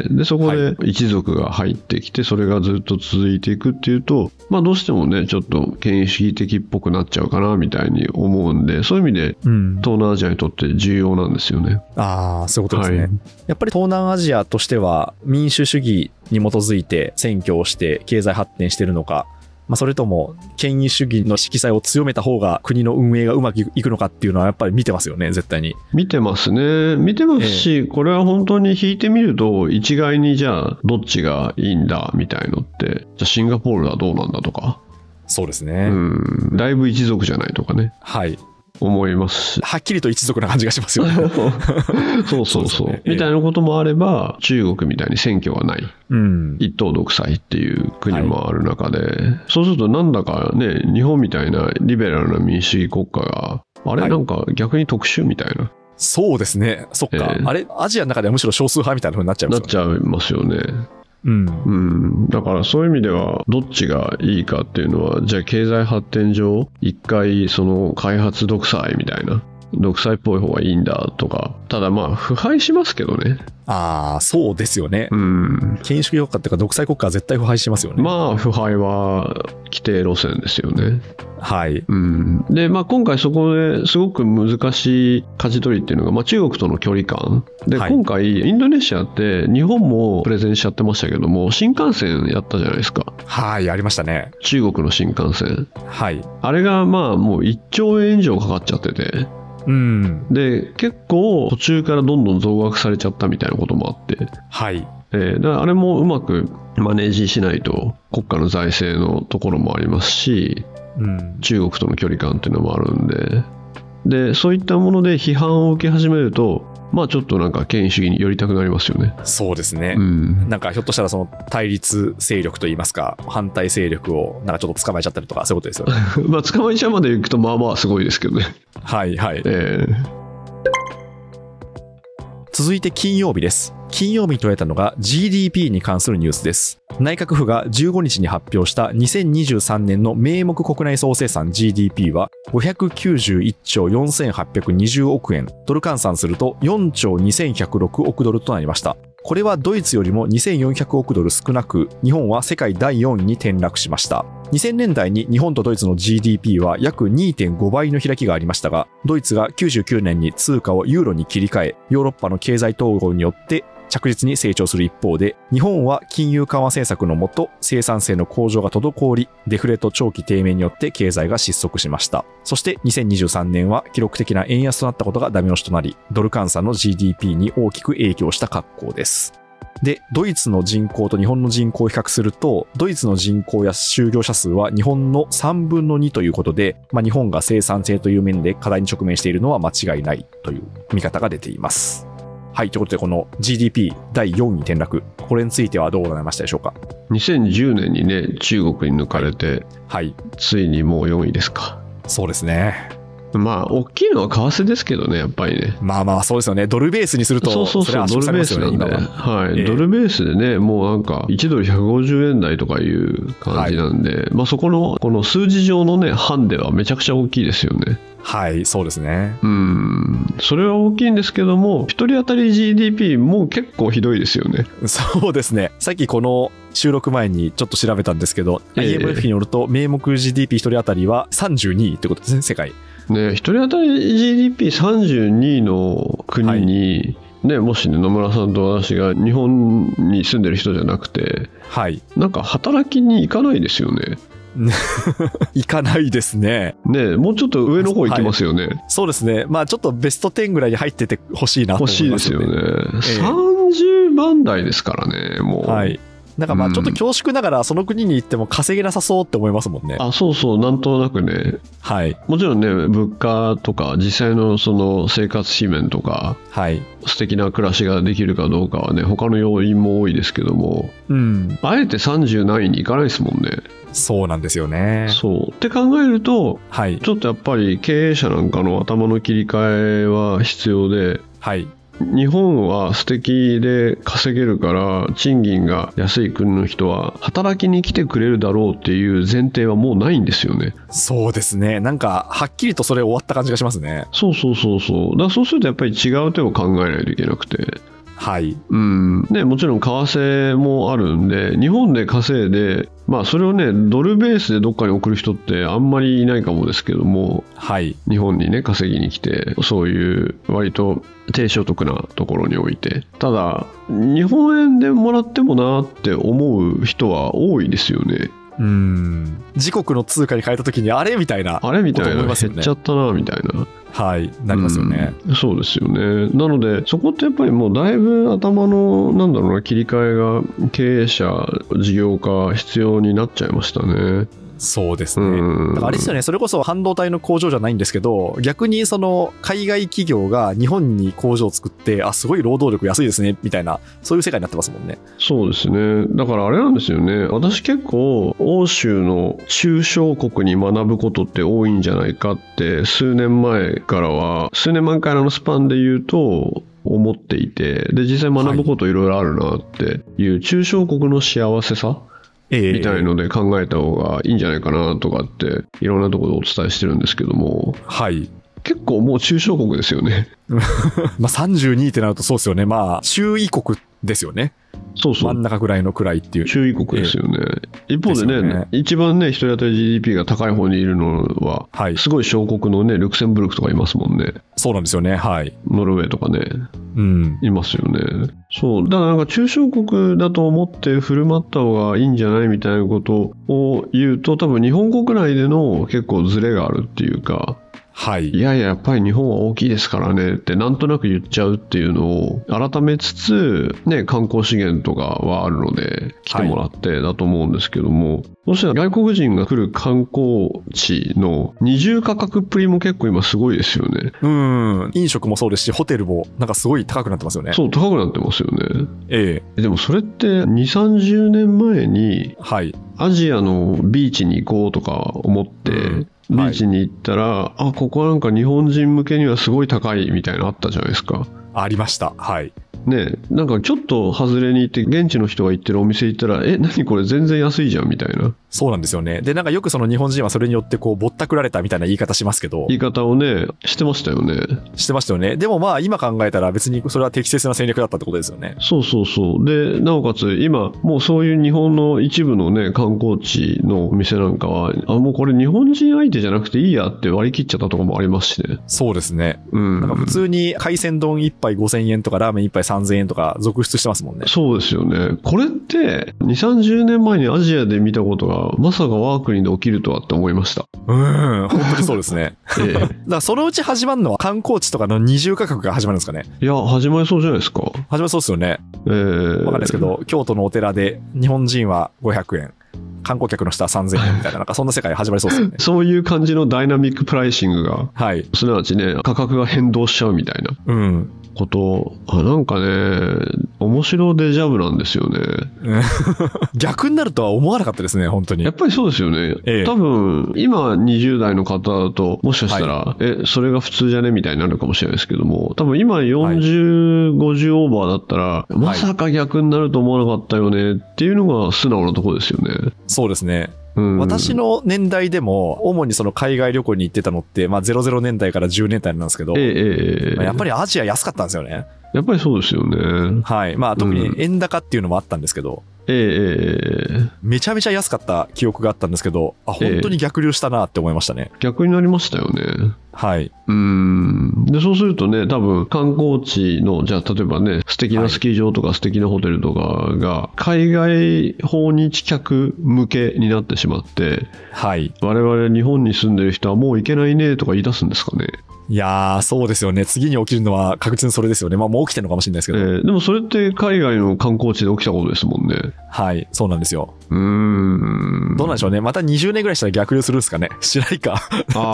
Speaker 3: でそこ
Speaker 2: は
Speaker 3: で一族が入ってきてそれがずっと続いていくっていうと、まあ、どうしてもねちょっと権威主義的っぽくなっちゃうかなみたいに思うんでそういう意味で
Speaker 2: うん。
Speaker 3: 東南アジアにとって重要なんですよね。
Speaker 2: ああ、そういうことですね。
Speaker 3: はい
Speaker 2: やっぱり東南アジアとしては、民主主義に基づいて選挙をして経済発展してるのか、まあ、それとも権威主義の色彩を強めた方が国の運営がうまくいくのかっていうのはやっぱり見てますよね、絶対に。
Speaker 3: 見てますね。見てますし、これは本当に引いてみると、一概にじゃあ、どっちがいいんだみたいのって、じゃあシンガポールはどうなんだとか、
Speaker 2: そうですね。
Speaker 3: うん、だいぶ一族じゃないとかね、
Speaker 2: はい。
Speaker 3: 思いますし。
Speaker 2: はっきりと一族な感じがします よね。
Speaker 3: そうそう
Speaker 2: そ
Speaker 3: そうう
Speaker 2: ですね
Speaker 3: みたいなこともあれば、中国みたいに選挙がない、
Speaker 2: うん。
Speaker 3: 一党独裁っていう国もある中で、そうすると、なんだかね、日本みたいなリベラルな民主主義国家が、あれ、
Speaker 2: はい
Speaker 3: なんか逆に特殊みたいな、
Speaker 2: そうですね。そっか。
Speaker 3: ええ
Speaker 2: あれ、アジアの中ではむしろ少数派みたいな風になっちゃいま
Speaker 3: な
Speaker 2: す
Speaker 3: っ
Speaker 2: よね。
Speaker 3: ちゃいますよね。
Speaker 2: うん。
Speaker 3: うん、だからそういう意味ではどっちがいいかっていうのはじゃあ経済発展上一回その開発独裁みたいな独裁っぽい方がいいんだとかただまあ腐敗しますけどね
Speaker 2: ああ、そうですよね
Speaker 3: う。ん
Speaker 2: 権威主義国家っていうか独裁国家は絶対腐敗しますよね。
Speaker 3: まあ腐敗は規定路線ですよね
Speaker 2: はい。
Speaker 3: うんでまあ今回そこですごく難しい舵取りっていうのが、まあ、中国との距離感で、
Speaker 2: はい
Speaker 3: 今回インドネシアって日本もプレゼンしちゃってましたけども新幹線やったじゃないですか
Speaker 2: はい、ありましたね。
Speaker 3: 中国の新幹線
Speaker 2: はい。
Speaker 3: あれがまあもう1兆円以上かかっちゃってて
Speaker 2: うん。
Speaker 3: で結構途中からどんどん増額されちゃったみたいなこともあって、
Speaker 2: はい。
Speaker 3: えーだからあれもうまくマネージしないと国家の財政のところもありますし
Speaker 2: うん。
Speaker 3: 中国との距離感っていうのもあるんででそういったもので批判を受け始めるとまあちょっとなんか権威主義に寄りたくなりますよね。
Speaker 2: そうですね
Speaker 3: う。ん
Speaker 2: なんかひょっとしたらその対立勢力といいますか、反対勢力をなんかちょっと捕まえちゃったりとか、そういうことですよね。
Speaker 3: まあ捕まえちゃうまで行くとまあまあすごいですけどね。
Speaker 2: はいはい。
Speaker 3: えー
Speaker 2: 続いて金曜日です。金曜日に取れたのが GDP に関するニュースです。内閣府が15日に発表した2023年の名目国内総生産 GDP は591兆4820億円、ドル換算すると4兆2106億ドルとなりました。これはドイツよりも2400億ドル少なく、日本は世界第4位に転落しました。2000年代に日本とドイツの GDP は約2.5倍の開きがありましたが、ドイツが99年に通貨をユーロに切り替え、ヨーロッパの経済統合によって着実に成長する一方で、日本は金融緩和政策のもと、生産性の向上が滞り、デフレと長期低迷によって経済が失速しました。そして2023年は記録的な円安となったことがダメ押しとなり、ドル換算の GDP に大きく影響した格好です。で、ドイツの人口と日本の人口を比較すると、ドイツの人口や就業者数は日本の3分の2ということで、まあ、日本が生産性という面で課題に直面しているのは間違いないという見方が出ています。はい、ということで、この GDP 第4位転落、これについてはどうございましたでしょうか。
Speaker 3: 2010年にね中国に抜かれて
Speaker 2: はい、
Speaker 3: ついにもう4位ですか
Speaker 2: そうですね。
Speaker 3: まあ大きいのは為替ですけどねやっぱりね
Speaker 2: まあまあ、そうですよね。ドルベースにすると、
Speaker 3: そうそう
Speaker 2: れ
Speaker 3: そ
Speaker 2: は
Speaker 3: う、
Speaker 2: 圧
Speaker 3: ド
Speaker 2: 縮
Speaker 3: ル
Speaker 2: さ
Speaker 3: ベ
Speaker 2: れ
Speaker 3: ー
Speaker 2: ます
Speaker 3: ス
Speaker 2: よ
Speaker 3: な
Speaker 2: ね、
Speaker 3: んで、
Speaker 2: 今は。
Speaker 3: はい
Speaker 2: ええ
Speaker 3: ドルベースでね、もうなんか1ドル150円台とかいう感じなんで、まあ、そこのこの数字上のね、ハンデはめちゃくちゃ大きいですよね。
Speaker 2: はい、そうですね。
Speaker 3: うん、それは大きいんですけども、1人当たり GDP、もう結構ひどいですよね。
Speaker 2: そうですね。さっきこの収録前にちょっと調べたんですけど、
Speaker 3: ええ
Speaker 2: IMF によると、名目 GDP 一人当たりは32位ってことですね、世界。
Speaker 3: ね、1人当たり GDP32 の国に、ね、もしね野村さんと私が日本に住んでる人じゃなくて、
Speaker 2: はい。
Speaker 3: なんか働きに行かないですよね。
Speaker 2: いかないですね。
Speaker 3: ね、もうちょっと上の方行きますよね。
Speaker 2: そうですね。まあちょっとベスト10ぐらいに入っててほしいなと思
Speaker 3: 欲し
Speaker 2: い
Speaker 3: い
Speaker 2: ま
Speaker 3: ですす
Speaker 2: よ
Speaker 3: よ
Speaker 2: ね。
Speaker 3: ね。
Speaker 2: ええ
Speaker 3: 30番台ですからね、もう。
Speaker 2: はい。なんかまあ
Speaker 3: うん
Speaker 2: ちょっと恐縮ながら、その国に行っても稼げなさそうって思いますもんね。
Speaker 3: あそうそう、なんとなくね、
Speaker 2: はい。
Speaker 3: もちろんね、物価とか、実際のその生活紙面とか、
Speaker 2: はい。
Speaker 3: 素敵な暮らしができるかどうかはね、他の要因も多いですけども、
Speaker 2: うん。
Speaker 3: あえて30何位に行かないですもんね。
Speaker 2: そうなんですよね。
Speaker 3: そう。って考えると、
Speaker 2: はい。
Speaker 3: ちょっとやっぱり経営者なんかの頭の切り替えは必要で、
Speaker 2: はい。
Speaker 3: 日本は素敵で稼げるから賃金が安い国の人は働きに来てくれるだろうっていう前提はもうないんですよね
Speaker 2: そうですね。なんか、はっきりとそれ終わった感じがしますね。
Speaker 3: そうそうそうそうだからそうするとやっぱり違う手を考えないといけなくて
Speaker 2: はい。
Speaker 3: うんねもちろん為替もあるんで日本で稼いでまあそれをねドルベースでどっかに送る人ってあんまりいないかもですけども
Speaker 2: はい。
Speaker 3: 日本にね稼ぎに来てそういう割と低所得なところにおいてただ日本円でもらってもなって思う人は多いですよね
Speaker 2: うん自国の通貨に変えた時にあれみたいな
Speaker 3: あれみた
Speaker 2: 思
Speaker 3: いない減
Speaker 2: ま
Speaker 3: っ
Speaker 2: すよね
Speaker 3: ちゃったなみたいな
Speaker 2: はいなりますよね、、
Speaker 3: うんそうですよねなのでそこってやっぱりもうだいぶ頭のなんだろうな切り替えが経営者事業家必要になっちゃいましたね
Speaker 2: そうです
Speaker 3: う
Speaker 2: ね、
Speaker 3: ん
Speaker 2: だからあれですよねそれこそ半導体の工場じゃないんですけど逆にその海外企業が日本に工場を作ってあすごい労働力安いですねみたいなそういう世界になってますもんね
Speaker 3: そうですねだからあれなんですよね私結構欧州の中小国に学ぶことって多いんじゃないかって数年前からは数年前からのスパンで言うと思っていてで実際学ぶこといろいろあるなっていう中小国の幸せさ
Speaker 2: ええ
Speaker 3: みたいので考えた方がいいんじゃないかなとかっていろんなところでお伝えしてるんですけども
Speaker 2: はい、
Speaker 3: 結構もう中小国ですよね
Speaker 2: まあ、32ってなるとそうですよねまあ中位国ですよね
Speaker 3: そうそ
Speaker 2: 真
Speaker 3: うん
Speaker 2: 中ぐらいのくらいっていう
Speaker 3: 注意国ですよね、一
Speaker 2: で
Speaker 3: 方で
Speaker 2: す
Speaker 3: ね
Speaker 2: よね
Speaker 3: 一番ね一人当たり GDP が高い方にいるのは
Speaker 2: はい
Speaker 3: すごい小国のねルクセンブルクとかいますもんね
Speaker 2: そうなんですよねはい
Speaker 3: ノルウェーとかね
Speaker 2: うん
Speaker 3: いますよねそうだからなんか中小国だと思って振る舞った方がいいんじゃないみたいなことを言うと多分日本国内での結構ズレがあるっていうか
Speaker 2: はい
Speaker 3: いやいややっぱり日本は大きいですからねってなんとなく言っちゃうっていうのを改めつつ、ね、観光資源とかはあるので来てもらってだと思うんですけども、そしたら外国人が来る観光地の二重価格っぷりも結構今すごいですよね
Speaker 2: うん飲食もそうですしホテルもなんかすごい高くなってますよね
Speaker 3: そう高くなってますよね
Speaker 2: え
Speaker 3: でもそれって2 3 0年前に
Speaker 2: えはい
Speaker 3: アジアのビーチに行こうとか思って、
Speaker 2: うん
Speaker 3: ビ
Speaker 2: はい
Speaker 3: ーチに行ったら、あここはなんか日本人向けにはすごい高いみたいなのあったじゃないですか
Speaker 2: ありましたはい
Speaker 3: ねえなんかちょっと外れに行って現地の人が行ってるお店行ったらえ何これ全然安いじゃんみたいな
Speaker 2: そうなんですよね。で、なんかよくその日本人はそれによってこう、ぼったくられたみたいな言い方しますけど、
Speaker 3: 言い方をねしてましたよね
Speaker 2: してましたよね。でもまあ、今考えたら別にそれは適切な戦略だったってことですよね。
Speaker 3: そうそうそうでなおかつ今もうそういう日本の一部のね観光地のお店なんかはあもうこれ日本人相手じゃなくていいやって割り切っちゃったとこもありますしね
Speaker 2: そうですね。
Speaker 3: うん
Speaker 2: なんか普通に海鮮丼1杯5000円とかラーメン1杯3000円とか続出してますもんね。
Speaker 3: そうですよね。これって、2、30年前にアジアで見たことが、まさか我が国で起きるとはって思いました。
Speaker 2: うん、本当にそうです ね。
Speaker 3: ええ
Speaker 2: だからそのうち始まるのは観光地とかの二重価格が始まるんですかね。
Speaker 3: いや、始まりそうじゃないですか。
Speaker 2: 始まりそうですよね。
Speaker 3: ええ。
Speaker 2: わかんないですけど、京都のお寺で日本人は500円、観光客の人は3000円みたいな、なんかそんな世界始まりそうですよね
Speaker 3: そういう感じのダイナミックプライシングが、
Speaker 2: はい。
Speaker 3: すなわちね、価格が変動しちゃうみたいな
Speaker 2: うん。
Speaker 3: こと、あなんかね、面白デジャブなんですよね。
Speaker 2: 逆になるとは思わなかったですね、本当に
Speaker 3: やっ。ぱりそうですよね。
Speaker 2: ええ
Speaker 3: 多分、今20代の方だと、もしかしたら、え、それが普通じゃねみたいになるかもしれないですけども、多分今40、50オーバーだったら、まさか逆になると思わなかったよねっていうのが素直なところですよね。
Speaker 2: そうですね。
Speaker 3: うん、
Speaker 2: 私の年代でも、主にその海外旅行に行ってたのって、まあ00年代から10年代なんですけど、
Speaker 3: えええええ
Speaker 2: まあ
Speaker 3: え
Speaker 2: やっぱりアジア安かったんですよね。
Speaker 3: やっぱりそうですよね。
Speaker 2: はい。まあ特に円高っていうのもあったんですけど、
Speaker 3: ええええええ
Speaker 2: めちゃめちゃ安かった記憶があったんですけど、あ、本当に逆流したなって思いましたね。
Speaker 3: 逆になりましたよね。
Speaker 2: はい。
Speaker 3: うんでそうするとね、多分観光地の、じゃあ、例えばね、素敵なスキー場とか素敵なホテルとかが、海外訪日客向けになってしまって、
Speaker 2: はい。
Speaker 3: 我々日本に住んでる人はもう行けないねとか言い出すんですかね。
Speaker 2: いやー、そうですよね。次に起きるのは確実にそれですよね。まあもう起きてるのかもしれないですけ
Speaker 3: え
Speaker 2: ど、
Speaker 3: ーでもそれって海外の観光地で起きたことですもんね。
Speaker 2: はい。そうなんですよ。
Speaker 3: うーん。
Speaker 2: どうなんでしょうね。また20年ぐらいしたら逆流するんですかね。しないか。しないですかね。
Speaker 3: あ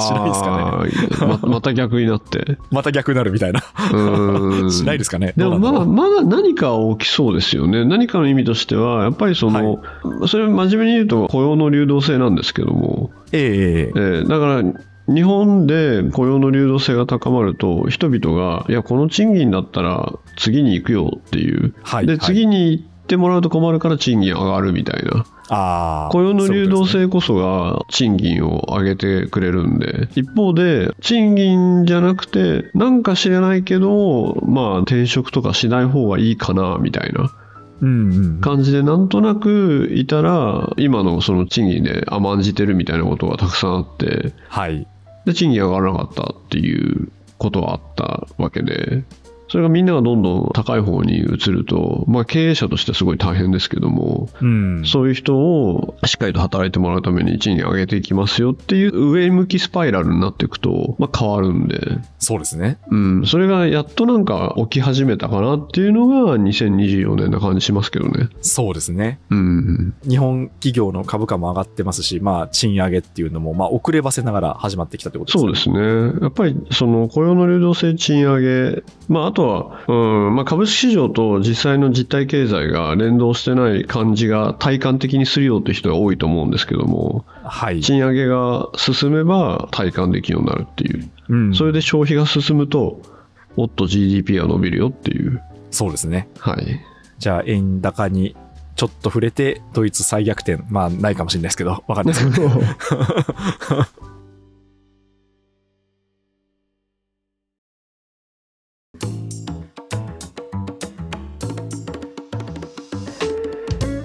Speaker 3: ーままた逆になって。 う
Speaker 2: また逆になるみたいな。
Speaker 3: ーん
Speaker 2: しないですかね。
Speaker 3: でも
Speaker 2: どうなんだ
Speaker 3: ま
Speaker 2: ろ
Speaker 3: あ
Speaker 2: う
Speaker 3: まだ何か起きそうですよね、何かの意味としては、やっぱりその、それ、真面目に言うと雇用の流動性なんですけども、
Speaker 2: ええええ
Speaker 3: えーだから日本で雇用の流動性が高まると、人々が、いや、この賃金だったら次に行くよっていう、
Speaker 2: はい。
Speaker 3: で
Speaker 2: はい
Speaker 3: 次に行ってもらうと困るから賃金上がるみたいな、
Speaker 2: あー
Speaker 3: 雇用の流動
Speaker 2: そういう
Speaker 3: 性こそが賃金を上げてくれるんで、一方で、賃金じゃなくて、なんか知らないけど、まあ、転職とかしない方がいいかなみたい
Speaker 2: こ
Speaker 3: な
Speaker 2: とですねうんうん。
Speaker 3: 感じで、なんとなくいたら、今のその賃金で甘んじてるみたいなことがたくさんあって、
Speaker 2: はい。
Speaker 3: で、賃金上がらなかったっていうことはあったわけで。それがみんながどんどん高い方に移ると、まあ、経営者としてすごい大変ですけども、
Speaker 2: うん。
Speaker 3: そういう人をしっかりと働いてもらうために賃金上げていきますよっていう上向きスパイラルになっていくと、まあ、変わるんで、
Speaker 2: そうですね。
Speaker 3: うん、それがやっとなんか起き始めたかなっていうのが2024年な感じしますけどね。
Speaker 2: そうですね。
Speaker 3: うん、
Speaker 2: 日本企業の株価も上がってますし、まあ、賃上げっていうのも、まあ、遅ればせながら始まってきたということです
Speaker 3: そう
Speaker 2: ね。
Speaker 3: ですね。やっぱりその雇用の流動性賃上げ、まあ、あとは、うんまあ、株式市場と実際の実体経済が連動してない感じが体感的にするよって人が多いと思うんですけども、
Speaker 2: はい。
Speaker 3: 賃上げが進めば体感できるようになるっていう。
Speaker 2: うん、
Speaker 3: それで消費が進むと、もっと GDP が伸びるよっていう。
Speaker 2: そうですね。
Speaker 3: はい。
Speaker 2: じゃあ、円高にちょっと触れて、ドイツ再逆転。まあ、ないかもしれないですけど、わかんないですけど。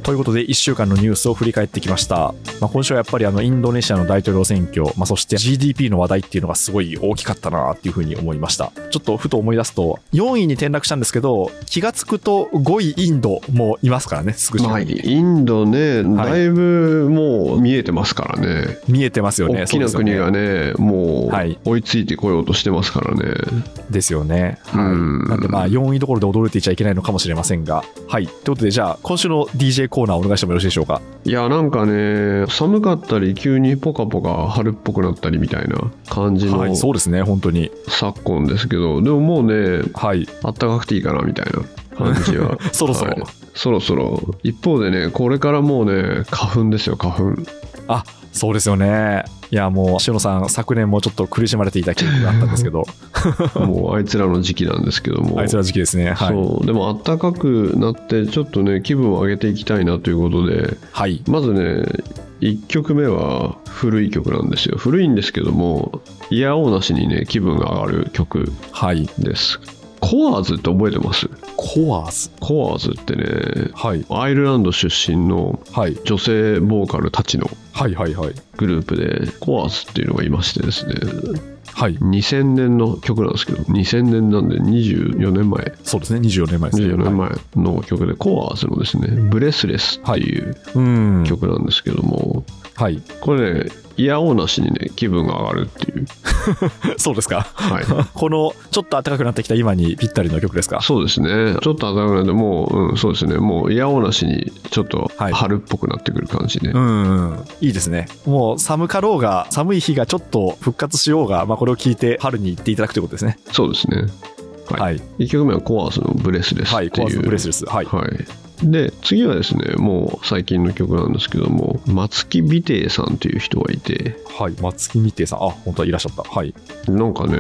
Speaker 2: ということで、1週間のニュースを振り返ってきました。まあ、今週はやっぱりあのインドネシアの大統領選挙、まあ、そして GDP の話題っていうのがすごい大きかったなっていうふうに思いました。ちょっとふと思い出すと、4位に転落したんですけど、気がつくと5位インドもいますからね、すぐ近
Speaker 3: まあ、
Speaker 2: くに
Speaker 3: インドね、
Speaker 2: はい
Speaker 3: だいぶもう見えてますからね。
Speaker 2: 見えてますよね。
Speaker 3: 大きな
Speaker 2: そうで
Speaker 3: 国
Speaker 2: すよ
Speaker 3: が
Speaker 2: ね。
Speaker 3: ね、も
Speaker 2: はいう
Speaker 3: 追いついてこようとしてますからね。
Speaker 2: ですよね。はい。
Speaker 3: うん
Speaker 2: なんでまあ4位どころで驚いていちゃいけないのかもしれませんが。はい。ということで、じゃあ今週の DJ コーナーお願いしてもよろしいでしょうか。
Speaker 3: いや、なんかね、寒かったり、急にポカポカ春っぽくなったりみたいな感じの
Speaker 2: はい。そうですね、本当に。
Speaker 3: 昨今ですけど、でももうね、
Speaker 2: はい。
Speaker 3: あったかくていいかなみたいな感じは。
Speaker 2: そろそろ
Speaker 3: はい そろそろ。一方でね、これからもうね、花粉ですよ、花粉。
Speaker 2: あそうですよね。いや、もう、塩野さん、昨年もちょっと苦しまれていた記憶があったんですけ ど、
Speaker 3: もうあいつらの時期なんですけども。
Speaker 2: あいつら時期ですね。はい。
Speaker 3: そうでも暖かくなってちょっとね気分を上げていきたいなということで
Speaker 2: はい。
Speaker 3: まずね1曲目は古い曲なんですよ古いんですけどもいやおうなしにね気分が上がる曲
Speaker 2: はい。
Speaker 3: ですコアーズって覚えてます
Speaker 2: コアーズ。
Speaker 3: コアーズってね
Speaker 2: はい。
Speaker 3: アイルランド出身の
Speaker 2: はい。
Speaker 3: 女性ボーカルたちの
Speaker 2: はいはいはい。
Speaker 3: グループでコアーズっていうのがいましてですね
Speaker 2: はい
Speaker 3: 2000年の曲なんですけど2000年なんで24年前
Speaker 2: そうですね24年前ですね
Speaker 3: 24年
Speaker 2: はい
Speaker 3: 前の曲で、コアーズのですね「ブレスレス」っていう
Speaker 2: うん
Speaker 3: 曲なんですけども、
Speaker 2: はい
Speaker 3: これねいやおうなしにね気分が上がるっていう、
Speaker 2: そうですか
Speaker 3: はい、
Speaker 2: このちょっと暖かくなってきた今にぴったりの曲ですか
Speaker 3: そうですねちょっと暖かくなってもう、うん、そうですねもういやおうなしにちょっと
Speaker 2: はい
Speaker 3: 春っぽくなってくる感じで、
Speaker 2: うん、うん、いいですねもう寒かろうが寒い日がちょっと復活しようが、まあ、これを聞いて春に行っていただくということですね
Speaker 3: そうですねはい
Speaker 2: はい
Speaker 3: 1曲目はコアーズの「ブレスレス」っ
Speaker 2: は
Speaker 3: てい、
Speaker 2: いうコアズブレスレスはい
Speaker 3: はい、で次はですねもう最近の曲なんですけども松木美帝さんっていう人がいて
Speaker 2: はい松木みてえさんあ本当はいらっしゃったはい
Speaker 3: なんかね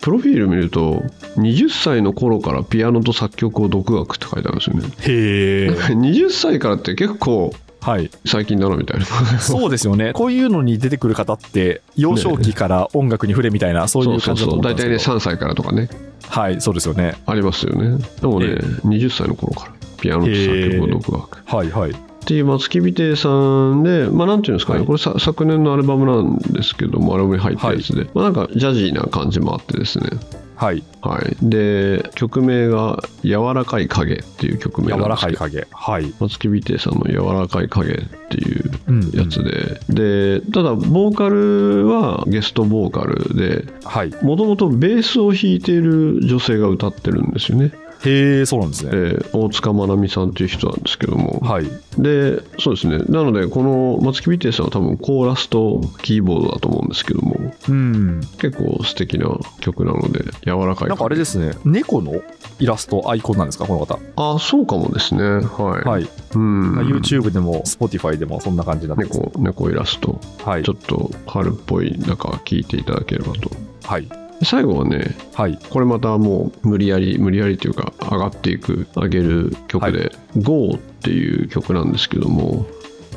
Speaker 3: プロフィール見ると20歳の頃からピアノと作曲を独学って書いてあるんですよね
Speaker 2: へえ
Speaker 3: 20歳からって結構
Speaker 2: はい
Speaker 3: 最近だなみたいな
Speaker 2: そうです よねこういうのに出てくる方って幼少期から音楽に触れみたいなそういう感じだと思った
Speaker 3: 大
Speaker 2: んです
Speaker 3: 体
Speaker 2: け
Speaker 3: ね
Speaker 2: ど
Speaker 3: 3歳からとかね
Speaker 2: はいそうですよね
Speaker 3: ありますよねでもね、
Speaker 2: ええ
Speaker 3: 20歳の頃からピアノと作曲を独学
Speaker 2: はいはい
Speaker 3: っていう松木美帝さんで、まあ、なんていうんですかね、
Speaker 2: はい
Speaker 3: これさ昨年のアルバムなんですけどもアルバムに入ったやつで、まあ、なんかジャジーな感じもあってですね、
Speaker 2: はい
Speaker 3: はい、で曲名が「柔らかい影」っていう曲
Speaker 2: 柔
Speaker 3: 名なんで
Speaker 2: らか
Speaker 3: すけ
Speaker 2: い
Speaker 3: ど
Speaker 2: 影はい、
Speaker 3: 松木美帝さんの「柔らかい影」っていう
Speaker 2: うんうん
Speaker 3: やつで、でただボーカルはゲストボーカルで
Speaker 2: はい
Speaker 3: もともとベースを弾いている女性が歌ってるんですよね、
Speaker 2: へえそうなんですね
Speaker 3: えー大塚まなみさんっていう人なんですけども、
Speaker 2: はい
Speaker 3: でそうですねなのでこの松木美帝さんは多分コーラスとキーボードだと思うんですけども
Speaker 2: うん
Speaker 3: 結構素敵な曲なので柔らかい
Speaker 2: なんかあれですね猫のイラストアイコンなんですかこの方
Speaker 3: あそうかもですねはい、
Speaker 2: はい、
Speaker 3: うん、
Speaker 2: YouTube でも Spotify でもそんな感じなんです、
Speaker 3: 猫猫イラスト
Speaker 2: はい
Speaker 3: ちょっと春っぽい中聞いていただければと
Speaker 2: はい
Speaker 3: 最後はね
Speaker 2: はい
Speaker 3: これまたもう無理やり無理やりというか上がっていく上げる曲で「GO」っていう曲なんですけども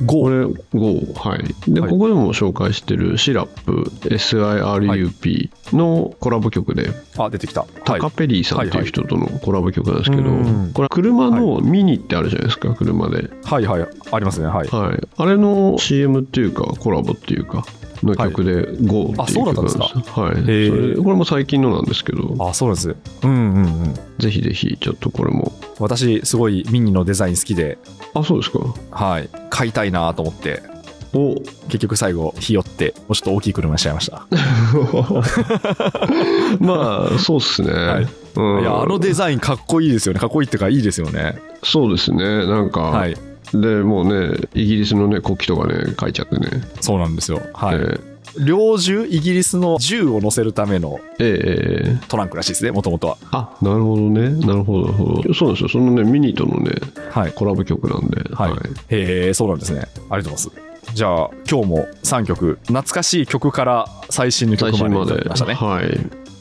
Speaker 3: こ
Speaker 2: GO
Speaker 3: れ GO はいで、
Speaker 2: はい
Speaker 3: ここでも紹介してるシラップ SIRUP のコラボ曲で、
Speaker 2: あ出てきたは
Speaker 3: タ
Speaker 2: い
Speaker 3: カペリーさんっていう人とのコラボ曲なんですけど、
Speaker 2: うん
Speaker 3: これ車のミニってあるじゃないですか車で、
Speaker 2: はいはいありますねはい
Speaker 3: はい、あれの CM っていうかコラボっていうかの曲で GO っていう曲なんです,、
Speaker 2: あそうだったん
Speaker 3: はいそ
Speaker 2: へえ
Speaker 3: れこれも最近のなんですけど
Speaker 2: あそうなんですうんうんうん
Speaker 3: ぜひぜひちょっとこれも
Speaker 2: 私すごいミニのデザイン好きで
Speaker 3: あそうですか
Speaker 2: はい買いたいなと思って
Speaker 3: お
Speaker 2: 結局最後ひよってもうちょっと大きい車にしちゃいました、
Speaker 3: まあそうっすね、
Speaker 2: い
Speaker 3: うん
Speaker 2: いやあのデザインかっこいいですよねかっこいいっていうかいいですよね
Speaker 3: そうですねなんか、
Speaker 2: はい
Speaker 3: でもうねイギリスのね国旗とかね書いちゃってね、
Speaker 2: そうなんですよはい、
Speaker 3: えー
Speaker 2: 猟銃イギリスの銃を乗せるための
Speaker 3: えーえー
Speaker 2: トランクらしいですねもともとは
Speaker 3: あなるほどねなるほどなるほどそうなんですよそのねミニとのね
Speaker 2: はい
Speaker 3: コラボ曲なんで、
Speaker 2: はい、
Speaker 3: はい
Speaker 2: へえそうなんですねありがとうございますじゃあ今日も3曲懐かしい曲から最新の
Speaker 3: 最
Speaker 2: 曲
Speaker 3: 新
Speaker 2: ま
Speaker 3: ま
Speaker 2: で
Speaker 3: で
Speaker 2: いただきましたね
Speaker 3: はい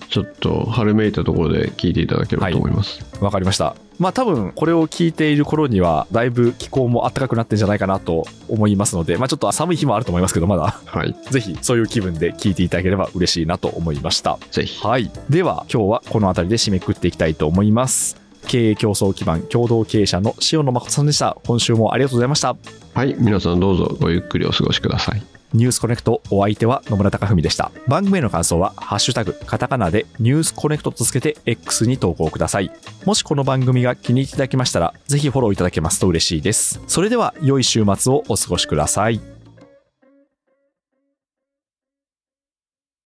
Speaker 3: ちょっと春めいたところで聴いていただければと思います、
Speaker 2: わかりましたまあ多分これを聞いている頃にはだいぶ気候も暖かくなってんじゃないかなと思いますのでまあちょっと寒い日もあると思いますけどまだ
Speaker 3: はい、
Speaker 2: ぜひそういう気分で聞いていただければ嬉しいなと思いました
Speaker 3: ぜひ
Speaker 2: はい、では今日はこの辺りで締めくくっていきたいと思います経営競争基盤共同経営者の塩野誠さんでした今週もありがとうございました
Speaker 3: はい、皆さんどうぞごゆっくりお過ごしください
Speaker 2: ニュースコネクトお相手は野村貴文でした番組への感想は「ハッシュタグカタカナ」で「ニュースコネクト」とつけて X に投稿くださいもしこの番組が気に入っていただけましたらぜひフォローいただけますと嬉しいですそれでは良い週末をお過ごしください